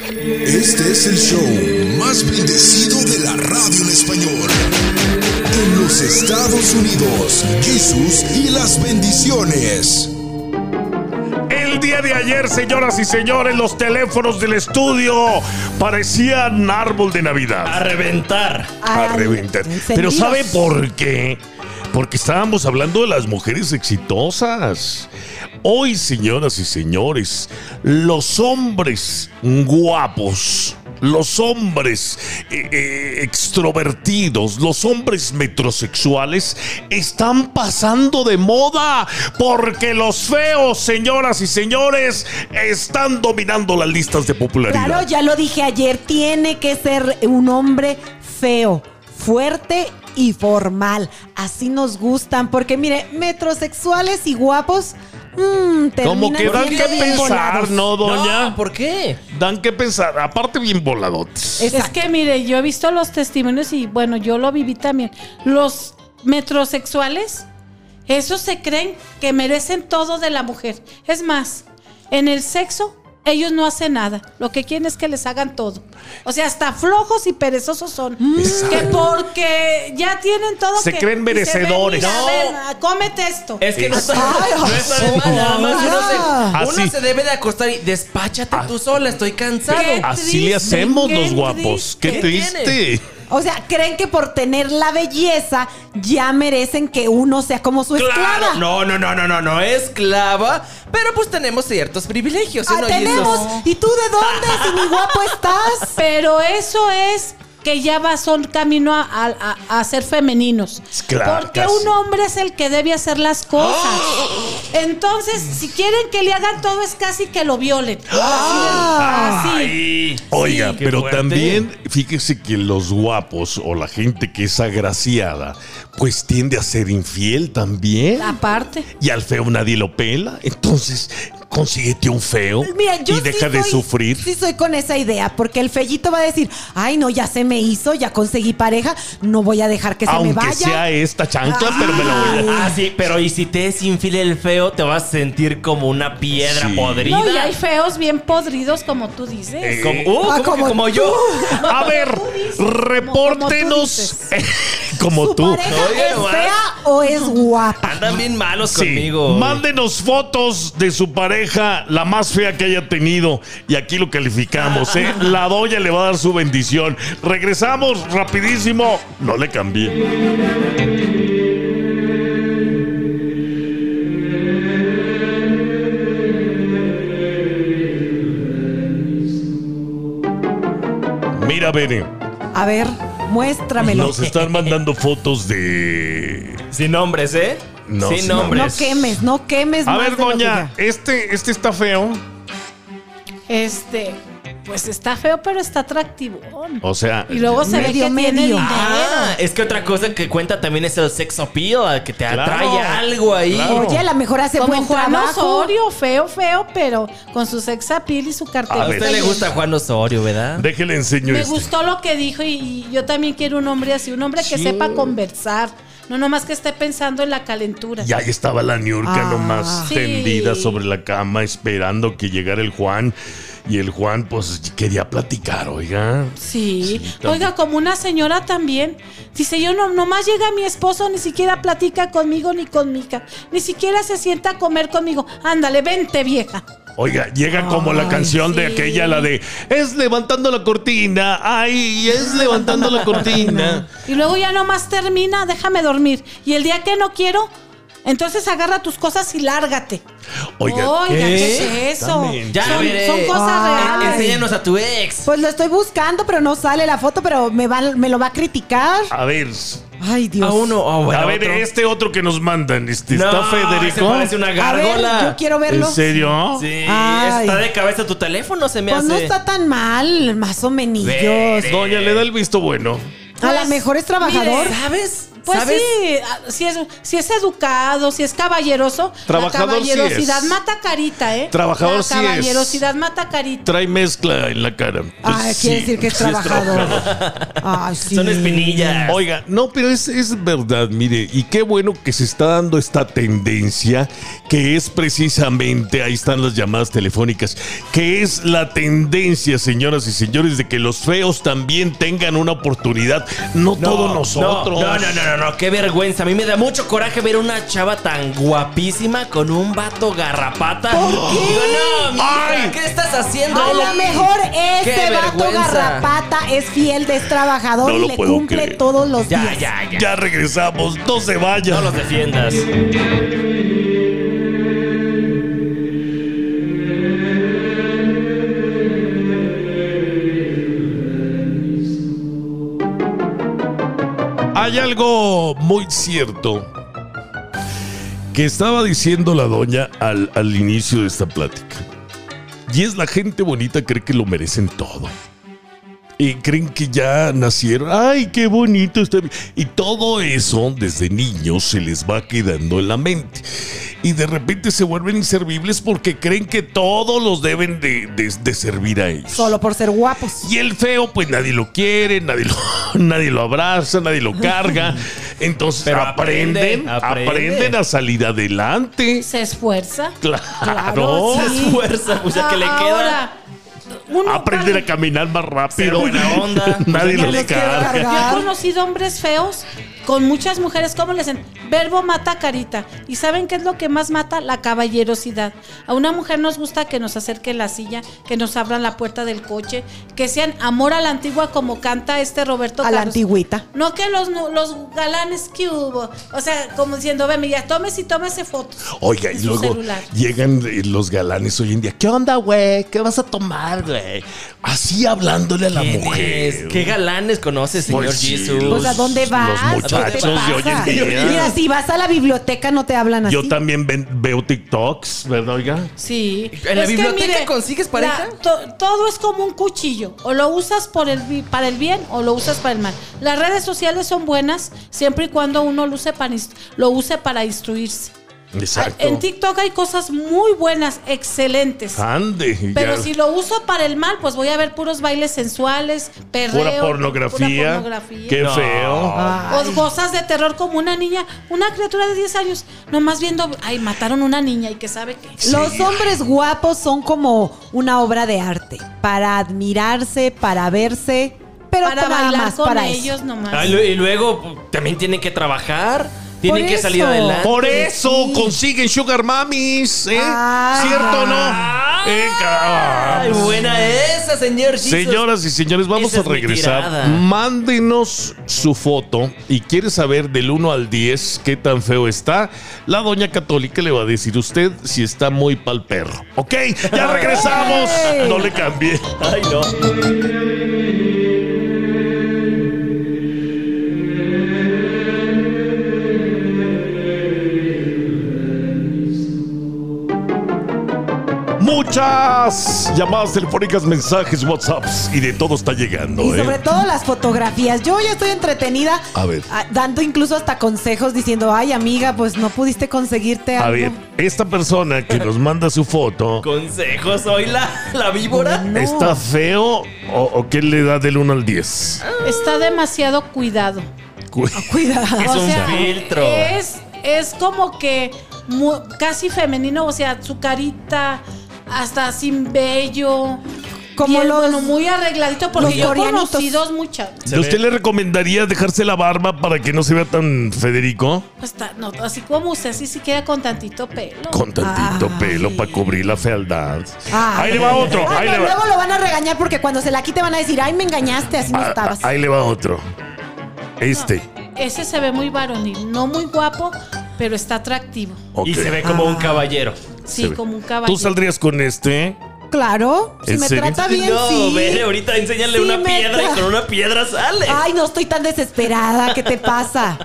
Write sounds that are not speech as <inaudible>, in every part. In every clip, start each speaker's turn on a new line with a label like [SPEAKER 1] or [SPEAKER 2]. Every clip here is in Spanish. [SPEAKER 1] Este es el show más bendecido de la radio en español. En los Estados Unidos, Jesús y las bendiciones.
[SPEAKER 2] El día de ayer, señoras y señores, los teléfonos del estudio parecían árbol de
[SPEAKER 3] A
[SPEAKER 2] Navidad.
[SPEAKER 3] reventar.
[SPEAKER 2] A reventar. Pero
[SPEAKER 4] Ah, encendidos.
[SPEAKER 2] ¿sabe por qué? Porque estábamos hablando de las mujeres exitosas. Hoy, señoras y señores, los hombres guapos, los hombres eh, eh, extrovertidos, los hombres metrosexuales están pasando de moda porque los feos, señoras y señores, están dominando las listas de popularidad.
[SPEAKER 4] Claro, ya lo dije ayer, tiene que ser un hombre feo, fuerte y formal. Así nos gustan, porque mire, metrosexuales y guapos, mmm,
[SPEAKER 2] Como que dan
[SPEAKER 4] terminan
[SPEAKER 2] que
[SPEAKER 4] siendo
[SPEAKER 2] pensar,
[SPEAKER 4] bien volados.
[SPEAKER 2] ¿no, doña?
[SPEAKER 3] No, ¿por qué?
[SPEAKER 2] Dan que pensar, aparte bien voladotes.
[SPEAKER 4] Exacto.
[SPEAKER 5] Es que mire, yo he visto los testimonios y bueno, yo lo viví también. Los metrosexuales, esos se creen que merecen todo de la mujer. Es más, en el sexo ellos no hacen nada. Lo que quieren es que les hagan todo. O sea, hasta flojos y perezosos son.
[SPEAKER 2] Mm. Exacto.
[SPEAKER 5] Que porque ya tienen todo.
[SPEAKER 2] Se
[SPEAKER 5] que-
[SPEAKER 2] creen
[SPEAKER 5] y se ven,
[SPEAKER 2] merecedores.
[SPEAKER 5] mira,
[SPEAKER 3] No.
[SPEAKER 5] ven, cómete esto.
[SPEAKER 3] Es que no está,
[SPEAKER 4] Ay,
[SPEAKER 3] no está de más,
[SPEAKER 4] sí.
[SPEAKER 3] nada más uno se,
[SPEAKER 2] Ah,
[SPEAKER 3] uno
[SPEAKER 2] sí.
[SPEAKER 3] se debe de acostar y despáchate tú sola, estoy cansado.
[SPEAKER 5] ¿Qué?
[SPEAKER 2] Así le
[SPEAKER 5] triste,
[SPEAKER 2] hacemos
[SPEAKER 5] qué
[SPEAKER 2] los guapos. Qué
[SPEAKER 3] triste.
[SPEAKER 2] triste.
[SPEAKER 4] O sea, creen que por tener la belleza ya merecen que uno sea como su esclava. Ah,
[SPEAKER 3] Claro, no, no, no, no, no, no, esclava, pero pues tenemos ciertos privilegios. ¿sí,
[SPEAKER 4] Ah,
[SPEAKER 3] no? Y
[SPEAKER 4] tenemos.
[SPEAKER 3] esos-
[SPEAKER 4] ¿Y tú de dónde? Si ni guapo
[SPEAKER 5] <laughs>
[SPEAKER 4] estás.
[SPEAKER 5] Pero eso es que ya va son camino a, a- a- a ser femeninos.
[SPEAKER 2] Claro,
[SPEAKER 5] Porque
[SPEAKER 2] casi. ¡Ah!
[SPEAKER 5] un hombre es el que debe hacer las cosas. Entonces, si quieren que le hagan todo, es casi que lo violen.
[SPEAKER 4] ah,
[SPEAKER 2] ¡Ah!
[SPEAKER 5] Así.
[SPEAKER 3] Ay,
[SPEAKER 2] Oiga,
[SPEAKER 3] qué
[SPEAKER 2] pero
[SPEAKER 3] fuerte.
[SPEAKER 2] también fíjese que los guapos o la gente que es agraciada, pues tiende a ser infiel también.
[SPEAKER 5] Aparte.
[SPEAKER 2] Y al feo nadie lo pela. Entonces, consíguete un feo
[SPEAKER 4] Pues Mira, yo
[SPEAKER 2] y
[SPEAKER 4] sí
[SPEAKER 2] deja de
[SPEAKER 4] soy-
[SPEAKER 2] sufrir.
[SPEAKER 4] Sí soy con esa idea, porque el fellito va a decir, ay no, ya se me hizo, ya conseguí pareja, no voy a dejar que se me
[SPEAKER 2] Aunque
[SPEAKER 4] vaya.
[SPEAKER 2] sea esta chancla, pero me la voy a.
[SPEAKER 3] Ah, sí, pero y si te es infiel el feo, te vas a sentir como una piedra
[SPEAKER 2] Sí.
[SPEAKER 3] podrida.
[SPEAKER 5] No, y hay feos bien podridos, como tú dices.
[SPEAKER 2] Eh,
[SPEAKER 3] Como, uh,
[SPEAKER 4] Ah,
[SPEAKER 3] ¿cómo que
[SPEAKER 4] como
[SPEAKER 3] como yo.
[SPEAKER 2] A ver, repórtenos. <laughs> Como
[SPEAKER 4] ¿Su
[SPEAKER 2] tú.
[SPEAKER 4] pareja
[SPEAKER 3] Oye,
[SPEAKER 4] es
[SPEAKER 3] nomás.
[SPEAKER 4] fea o es guapa?
[SPEAKER 3] Andan bien malos
[SPEAKER 2] Sí,
[SPEAKER 3] conmigo.
[SPEAKER 2] Mándenos fotos de su pareja, la más fea que haya tenido. Y aquí lo calificamos,
[SPEAKER 4] <laughs>
[SPEAKER 2] ¿eh? La doña le va a dar su bendición. Regresamos rapidísimo. No le cambié. Mira, Bene,
[SPEAKER 4] A ver, muéstramelo.
[SPEAKER 2] nos están mandando fotos de...
[SPEAKER 3] Sin nombres, ¿eh?
[SPEAKER 2] No,
[SPEAKER 3] sin
[SPEAKER 2] sin
[SPEAKER 3] nombres.
[SPEAKER 4] no quemes, no quemes
[SPEAKER 2] A
[SPEAKER 4] más
[SPEAKER 2] ver,
[SPEAKER 4] de lo que
[SPEAKER 2] doña,
[SPEAKER 4] ya.
[SPEAKER 2] este, este está feo.
[SPEAKER 5] Este, pues está feo, pero está atractivo.
[SPEAKER 2] O sea,
[SPEAKER 5] Y luego se
[SPEAKER 4] Medio,
[SPEAKER 5] ve que tiene
[SPEAKER 4] medio.
[SPEAKER 5] dinero.
[SPEAKER 3] Ah, es que otra cosa que cuenta también es el sex appeal, a que te
[SPEAKER 2] Claro.
[SPEAKER 3] atrae algo ahí.
[SPEAKER 2] Claro.
[SPEAKER 4] Oye, a lo mejor hace
[SPEAKER 5] Como
[SPEAKER 4] buen
[SPEAKER 5] Juan
[SPEAKER 4] trabajo.
[SPEAKER 5] Osorio, feo, feo, pero con su sex appeal y su
[SPEAKER 3] A
[SPEAKER 2] A
[SPEAKER 5] cartera.
[SPEAKER 2] ver.
[SPEAKER 3] usted le gusta Juan Osorio, ¿verdad?
[SPEAKER 2] déjele enseño
[SPEAKER 5] Me
[SPEAKER 2] este.
[SPEAKER 5] gustó lo que dijo y, y yo también quiero un hombre así, un hombre que
[SPEAKER 2] Sí.
[SPEAKER 5] sepa conversar, no nomás que esté pensando en la calentura.
[SPEAKER 2] Y ahí estaba la Niurka
[SPEAKER 4] Ah,
[SPEAKER 2] nomás
[SPEAKER 5] sí.
[SPEAKER 2] tendida sobre la cama esperando que llegara el Juan. Y el Juan, pues, quería platicar, oiga.
[SPEAKER 5] Sí.
[SPEAKER 2] Sí, también.
[SPEAKER 5] Oiga, como una señora también. Dice, yo no, nomás llega mi esposo, ni siquiera platica conmigo ni con Mica. Ni siquiera se sienta a comer conmigo. Ándale, vente, vieja.
[SPEAKER 2] Oiga, llega como la
[SPEAKER 4] Ay,
[SPEAKER 2] canción de
[SPEAKER 5] sí.
[SPEAKER 2] aquella, la de es levantando la cortina, ay, es levantando la
[SPEAKER 5] <laughs>
[SPEAKER 2] cortina.
[SPEAKER 5] Y luego ya nomás termina, déjame dormir. Y el día que no quiero, entonces agarra tus cosas y lárgate.
[SPEAKER 2] Oiga,
[SPEAKER 5] ¿qué,
[SPEAKER 3] ¿qué?
[SPEAKER 5] es eso?
[SPEAKER 2] Exactamente.
[SPEAKER 3] Ya,
[SPEAKER 5] son,
[SPEAKER 3] veré.
[SPEAKER 5] son cosas
[SPEAKER 4] Ah,
[SPEAKER 5] reales.
[SPEAKER 3] Enséñanos a tu ex.
[SPEAKER 4] Pues lo estoy buscando, pero no sale la foto, pero me, va, me lo va a criticar.
[SPEAKER 2] a ver,
[SPEAKER 4] Ay, Dios.
[SPEAKER 3] A uno, oh, bueno,
[SPEAKER 2] a ver,
[SPEAKER 3] otro.
[SPEAKER 2] este otro que nos mandan, este, está
[SPEAKER 3] No, Se
[SPEAKER 2] Federico.
[SPEAKER 3] parece una
[SPEAKER 4] A ver,
[SPEAKER 3] gárgola.
[SPEAKER 4] yo quiero verlo.
[SPEAKER 2] ¿En serio?
[SPEAKER 3] Sí,
[SPEAKER 4] Ay.
[SPEAKER 3] está de cabeza tu teléfono, se me
[SPEAKER 4] Pues no
[SPEAKER 3] hace.
[SPEAKER 4] está tan mal, más o menos.
[SPEAKER 3] Veré.
[SPEAKER 2] Doña, le da el visto bueno.
[SPEAKER 4] A lo mejor es trabajador.
[SPEAKER 5] Mire,
[SPEAKER 3] ¿Sabes?
[SPEAKER 5] Pues
[SPEAKER 3] ¿Sabes?
[SPEAKER 5] sí, ah, si es, si es educado, si es caballeroso,
[SPEAKER 2] Trabajador
[SPEAKER 5] la caballerosidad
[SPEAKER 2] sí es.
[SPEAKER 5] mata carita, ¿eh?
[SPEAKER 2] Trabajador
[SPEAKER 5] la
[SPEAKER 2] sí es.
[SPEAKER 5] caballerosidad mata carita.
[SPEAKER 2] Trae mezcla en la cara. Pues
[SPEAKER 4] Ay,
[SPEAKER 2] sí,
[SPEAKER 4] Ah, quiere decir que es
[SPEAKER 2] sí
[SPEAKER 4] trabajador. Ay, sí.
[SPEAKER 3] Son espinillas.
[SPEAKER 2] Oiga, no, pero es, es verdad, mire, y qué bueno que se está dando esta tendencia, que es precisamente, ahí están las llamadas telefónicas, que es la tendencia, señoras y señores, de que los feos también tengan una oportunidad, no, todos nosotros.
[SPEAKER 3] No, no, no, no, no, qué vergüenza. A mí me da mucho coraje ver una chava tan guapísima con un vato garrapata.
[SPEAKER 4] ¿Por qué?
[SPEAKER 3] Digo, no, mija,
[SPEAKER 2] Ay.
[SPEAKER 3] ¿qué estás haciendo?
[SPEAKER 4] A lo mejor
[SPEAKER 3] Qué
[SPEAKER 4] este vato
[SPEAKER 3] vergüenza.
[SPEAKER 4] garrapata es fiel, es trabajador
[SPEAKER 2] No
[SPEAKER 4] y
[SPEAKER 2] lo
[SPEAKER 4] le
[SPEAKER 2] puedo
[SPEAKER 4] cumple
[SPEAKER 2] creer.
[SPEAKER 4] todos los
[SPEAKER 3] Ya,
[SPEAKER 4] días.
[SPEAKER 3] ya, ya.
[SPEAKER 2] Ya regresamos, no se vayan.
[SPEAKER 3] No los defiendas.
[SPEAKER 2] Hay algo muy cierto que estaba diciendo la doña al, al inicio de esta plática. Y es la gente bonita cree que lo merecen todo. Y creen que ya nacieron. ¡Ay, qué bonito! Está! Y todo eso desde niños se les va quedando en la mente. Y de repente se vuelven inservibles porque creen que todos los deben de, de- de servir a ellos.
[SPEAKER 4] Solo por ser guapos.
[SPEAKER 2] Y el feo, pues nadie lo quiere, nadie lo, <laughs> nadie lo abraza, nadie lo
[SPEAKER 3] <laughs>
[SPEAKER 2] carga. Entonces
[SPEAKER 3] Pero
[SPEAKER 2] aprenden,
[SPEAKER 3] aprende, aprende.
[SPEAKER 2] aprenden a salir adelante.
[SPEAKER 5] Se esfuerza. Ah,
[SPEAKER 2] Claro.
[SPEAKER 4] Claro,
[SPEAKER 3] <laughs> Se esfuerza, pues ya que le queda.
[SPEAKER 5] Ahora, uno
[SPEAKER 2] Aprenden a
[SPEAKER 5] para-
[SPEAKER 2] caminar más
[SPEAKER 3] Ser
[SPEAKER 2] rápido.
[SPEAKER 3] buena onda.
[SPEAKER 2] <laughs> nadie
[SPEAKER 4] Ya
[SPEAKER 2] los
[SPEAKER 4] los quiero
[SPEAKER 2] carga.
[SPEAKER 4] cargar.
[SPEAKER 5] Yo he conocido hombres feos con muchas mujeres, ¿cómo les dicen? Verbo mata carita. ¿Y saben qué es lo que más mata? La caballerosidad. A una mujer nos gusta que nos acerque la silla, que nos abran la puerta del coche, que sean amor a la antigua como canta este Roberto
[SPEAKER 4] A la
[SPEAKER 5] Carlos.
[SPEAKER 4] antigüita.
[SPEAKER 5] No que los, nu- los galanes que hubo. O sea, como diciendo, ve, ya tomes y tómese fotos.
[SPEAKER 2] Oiga, y
[SPEAKER 5] en su
[SPEAKER 2] luego
[SPEAKER 5] celular.
[SPEAKER 2] llegan eh, los galanes hoy en día. ¿Qué onda, güey? ¿Qué vas a tomar, güey? Así hablándole a la
[SPEAKER 3] ¿Quién
[SPEAKER 2] mujer.
[SPEAKER 3] es? ¿Qué galanes conoces, señor
[SPEAKER 2] Pues sí,
[SPEAKER 3] Jesus?
[SPEAKER 2] los-
[SPEAKER 4] Pues a dónde
[SPEAKER 2] los
[SPEAKER 4] vas? ¿Qué te
[SPEAKER 2] muchachos de hoy en
[SPEAKER 4] pasa? <laughs>
[SPEAKER 2] día.
[SPEAKER 4] Mira, si vas a la biblioteca no te hablan así.
[SPEAKER 2] Yo también ven- veo TikToks, ¿verdad, oiga?
[SPEAKER 5] Sí.
[SPEAKER 3] ¿En la biblioteca consigues pareja?
[SPEAKER 5] la- to- todo es como un cuchillo. O lo usas por el, bi- para el bien o lo usas para el mal. Las redes sociales son buenas siempre y cuando uno lo use para, inst- lo use para instruirse.
[SPEAKER 2] Exacto.
[SPEAKER 5] En TikTok hay cosas muy buenas, excelentes.
[SPEAKER 2] Ande. Ah, ya.
[SPEAKER 5] Pero si lo uso para el mal, pues voy a ver puros bailes sensuales, perreo,
[SPEAKER 2] Pura pornografía.
[SPEAKER 5] pura pornografía.
[SPEAKER 2] Qué
[SPEAKER 3] No.
[SPEAKER 2] feo.
[SPEAKER 4] Ay.
[SPEAKER 5] O cosas de terror como una niña, una criatura de 10 años, nomás viendo, ay, mataron una niña y que sabe que...
[SPEAKER 4] Los hombres guapos son como una obra de arte. Para admirarse, para verse, pero
[SPEAKER 5] para
[SPEAKER 4] nada
[SPEAKER 5] bailar
[SPEAKER 4] más
[SPEAKER 5] con
[SPEAKER 4] para eso.
[SPEAKER 5] ellos nomás.
[SPEAKER 3] Ah, y lu- y luego pu- también tienen que trabajar, tienen
[SPEAKER 4] Por
[SPEAKER 3] que
[SPEAKER 4] eso.
[SPEAKER 3] salir adelante.
[SPEAKER 2] Por eso
[SPEAKER 4] sí.
[SPEAKER 2] consiguen Sugar Mamis, ¿eh?
[SPEAKER 4] Ay.
[SPEAKER 2] ¿Cierto o no? Eh, ca-
[SPEAKER 3] ¡Ah! Ay, buena esa, señor Jesus.
[SPEAKER 2] Señoras y señores, vamos
[SPEAKER 3] Esa
[SPEAKER 2] a
[SPEAKER 3] es mi
[SPEAKER 2] regresar.
[SPEAKER 3] tirada.
[SPEAKER 2] Mándenos su foto y quiere saber del 1 al 10 qué tan feo está. La doña católica le va a decir usted si está muy pal perro. ¿Ok? Ya regresamos.
[SPEAKER 4] Ey.
[SPEAKER 2] No le cambié.
[SPEAKER 3] Ay, no.
[SPEAKER 2] Muchas llamadas telefónicas, mensajes, WhatsApps y de todo está llegando.
[SPEAKER 4] Y
[SPEAKER 2] ¿eh?
[SPEAKER 4] sobre todo las fotografías. Yo ya estoy entretenida.
[SPEAKER 2] A ver.
[SPEAKER 4] ah, Dando incluso hasta consejos diciendo, ay amiga, pues no pudiste conseguirte algo.
[SPEAKER 2] A ver, esta persona que nos manda su
[SPEAKER 3] <laughs>
[SPEAKER 2] foto,
[SPEAKER 3] Consejos, soy la, la víbora.
[SPEAKER 4] No.
[SPEAKER 2] eh, ¿está feo o, o qué le da del 1 al 10?
[SPEAKER 5] Está demasiado cuidado.
[SPEAKER 4] <laughs> Cuidado.
[SPEAKER 3] Es un filtro.
[SPEAKER 5] Es, es como que mu- casi femenino, o sea, su carita hasta sin vello.
[SPEAKER 4] Como
[SPEAKER 5] Como
[SPEAKER 4] los-
[SPEAKER 5] bueno, muy arregladito porque
[SPEAKER 4] los
[SPEAKER 5] yo he
[SPEAKER 4] coreanitos.
[SPEAKER 5] conocido muchas.
[SPEAKER 3] Se
[SPEAKER 2] ¿Usted
[SPEAKER 3] ve.
[SPEAKER 2] le recomendaría dejarse la barba para que no se vea tan Federico?
[SPEAKER 5] Pues ta- no, así como usted, si siquiera con tantito pelo.
[SPEAKER 2] Con tantito
[SPEAKER 4] Ay.
[SPEAKER 2] pelo para cubrir la fealdad.
[SPEAKER 4] Ay.
[SPEAKER 2] Ahí le va otro,
[SPEAKER 4] Ah,
[SPEAKER 2] ahí
[SPEAKER 4] no,
[SPEAKER 2] le va.
[SPEAKER 4] luego lo van a regañar porque cuando se la quite van a decir, ay, me engañaste, así no
[SPEAKER 2] Ah, ah,
[SPEAKER 4] estabas.
[SPEAKER 2] Ahí le va otro. Este.
[SPEAKER 5] Ese se ve muy varonil, no muy guapo, pero está atractivo.
[SPEAKER 2] ok.
[SPEAKER 3] Y se ve como un caballero.
[SPEAKER 5] Sí,
[SPEAKER 2] Se ve.
[SPEAKER 5] como un
[SPEAKER 2] ¿Tú
[SPEAKER 5] caballero.
[SPEAKER 2] saldrías con este?
[SPEAKER 4] Claro, si
[SPEAKER 2] ¿En
[SPEAKER 4] me
[SPEAKER 2] serio?
[SPEAKER 4] trata bien,
[SPEAKER 3] no,
[SPEAKER 4] sí.
[SPEAKER 3] vele, ahorita enséñale
[SPEAKER 4] Sí, Ah.
[SPEAKER 3] una
[SPEAKER 4] me
[SPEAKER 3] piedra y
[SPEAKER 4] tra-
[SPEAKER 3] con una piedra sale.
[SPEAKER 4] Ay, no estoy tan desesperada, ¿qué te pasa?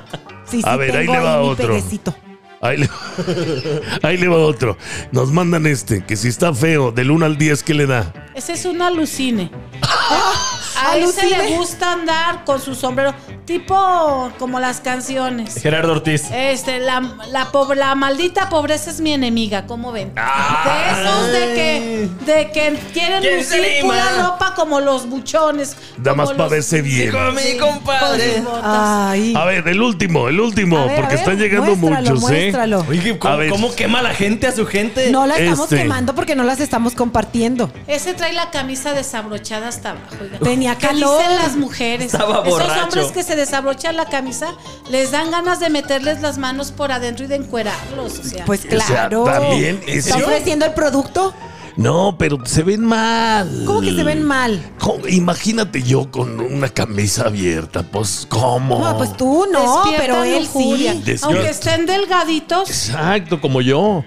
[SPEAKER 4] Sí, sí,
[SPEAKER 2] A ver, ahí
[SPEAKER 4] tengo
[SPEAKER 2] le va
[SPEAKER 4] mi
[SPEAKER 2] otro.
[SPEAKER 4] peguecito.
[SPEAKER 2] Ahí le, ahí le va otro. Nos mandan este, que si está feo, del 1 al 10, ¿qué le da?
[SPEAKER 5] Ese es un alucine. A él se
[SPEAKER 4] Alucine.
[SPEAKER 5] le gusta andar con su sombrero tipo como las canciones.
[SPEAKER 3] Gerardo Ortiz.
[SPEAKER 5] Este, la, la, po- la maldita pobreza es mi enemiga, ¿cómo ven?
[SPEAKER 2] Ah.
[SPEAKER 5] De esos de que, de que quieren
[SPEAKER 3] ¿Quién se
[SPEAKER 5] lucir
[SPEAKER 3] anima?
[SPEAKER 5] pura ropa como los buchones.
[SPEAKER 2] Nada
[SPEAKER 5] como
[SPEAKER 2] más
[SPEAKER 5] los-
[SPEAKER 2] para verse bien.
[SPEAKER 3] Con mi compadre.
[SPEAKER 5] con sus botas.
[SPEAKER 4] Ay.
[SPEAKER 2] A ver, el último, el último,
[SPEAKER 4] A ver,
[SPEAKER 2] porque
[SPEAKER 4] a ver,
[SPEAKER 2] están llegando
[SPEAKER 4] muéstralo,
[SPEAKER 2] muchos, ¿eh?
[SPEAKER 4] muéstralo.
[SPEAKER 3] Oye,
[SPEAKER 2] A
[SPEAKER 3] ¿cómo,
[SPEAKER 2] ver.
[SPEAKER 3] cómo quema la gente a su gente?
[SPEAKER 4] No la estamos
[SPEAKER 2] Este.
[SPEAKER 4] quemando porque no las estamos compartiendo.
[SPEAKER 5] Ese trae la camisa desabrochada hasta abajo. oiga.
[SPEAKER 4] Tenía
[SPEAKER 5] ¿Qué
[SPEAKER 4] calor.
[SPEAKER 5] dicen las mujeres.
[SPEAKER 3] Estaba
[SPEAKER 5] Esos
[SPEAKER 3] borracho.
[SPEAKER 5] hombres que se desabrochan la camisa les dan ganas de meterles las manos por adentro y de encuerarlos. O sea,
[SPEAKER 4] Pues
[SPEAKER 2] O sea,
[SPEAKER 4] claro.
[SPEAKER 2] también es-
[SPEAKER 4] ¿Está ofreciendo el producto?
[SPEAKER 2] No, pero se ven mal.
[SPEAKER 4] ¿Cómo que se ven mal?
[SPEAKER 2] ¿Cómo? Imagínate yo con una camisa abierta, pues ¿cómo?
[SPEAKER 4] No, pues tú no,
[SPEAKER 5] despiertan
[SPEAKER 4] pero él
[SPEAKER 5] lujuria.
[SPEAKER 4] sí.
[SPEAKER 2] Despierta.
[SPEAKER 5] Aunque estén delgaditos,
[SPEAKER 2] Exacto, como yo.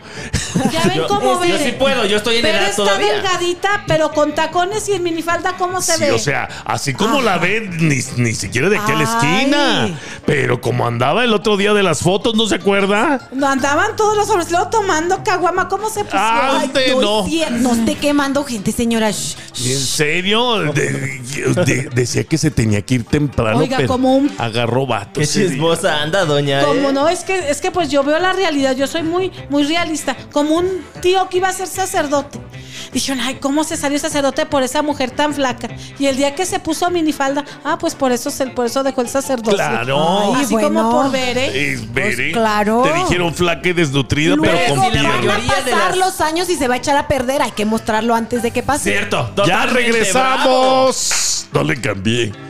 [SPEAKER 5] ya ven
[SPEAKER 3] <laughs>
[SPEAKER 5] cómo
[SPEAKER 3] yo
[SPEAKER 5] ven.
[SPEAKER 3] sí puedo, yo estoy en
[SPEAKER 5] Pero
[SPEAKER 3] edad
[SPEAKER 5] está
[SPEAKER 3] todavía.
[SPEAKER 5] delgadita, pero con tacones y en minifalda, ¿cómo se
[SPEAKER 2] Sí,
[SPEAKER 5] ve?
[SPEAKER 2] o sea, así como la ven, ni, ni siquiera de aquí a la
[SPEAKER 4] Ah. Ay.
[SPEAKER 2] esquina. Pero como andaba el otro día de las fotos, ¿no se acuerda?
[SPEAKER 5] No, andaban todos los hombres luego tomando caguama, ¿cómo se pusieron?
[SPEAKER 2] Ah,
[SPEAKER 5] Ay,
[SPEAKER 2] usted no.
[SPEAKER 4] Estoy cier- no esté quemando gente, señora. Shh,
[SPEAKER 2] ¿En
[SPEAKER 4] shh.
[SPEAKER 2] serio? De- de- decía que se tenía que ir temprano,
[SPEAKER 5] Oiga,
[SPEAKER 2] pero
[SPEAKER 5] como un-
[SPEAKER 2] agarró vato.
[SPEAKER 3] Qué
[SPEAKER 2] ese día.
[SPEAKER 3] chismosa anda, doña.
[SPEAKER 5] Como
[SPEAKER 3] eh.
[SPEAKER 5] no, es que, es que pues yo veo la realidad, yo soy muy, muy realista. Como un tío que iba a ser sacerdote. Dijeron, ay, ¿cómo se salió sacerdote por esa mujer tan flaca? Y el día que se puso minifalda, ah, pues por eso, se- por eso dejó el sacerdocio.
[SPEAKER 2] Claro.
[SPEAKER 4] Ay,
[SPEAKER 5] Así
[SPEAKER 4] bueno.
[SPEAKER 5] como por ver, ¿eh?
[SPEAKER 2] Es veré.
[SPEAKER 4] claro.
[SPEAKER 2] Te dijeron flaca y desnutrida, pero
[SPEAKER 4] Luego
[SPEAKER 2] con
[SPEAKER 3] si la
[SPEAKER 2] piernas.
[SPEAKER 4] van a
[SPEAKER 3] mayoría de
[SPEAKER 4] pasar
[SPEAKER 3] las-
[SPEAKER 4] los años y se va a echar a perder. Hay que mostrarlo antes de que pase.
[SPEAKER 3] Cierto.
[SPEAKER 2] Ya
[SPEAKER 3] totalmente,
[SPEAKER 2] regresamos. No le cambié.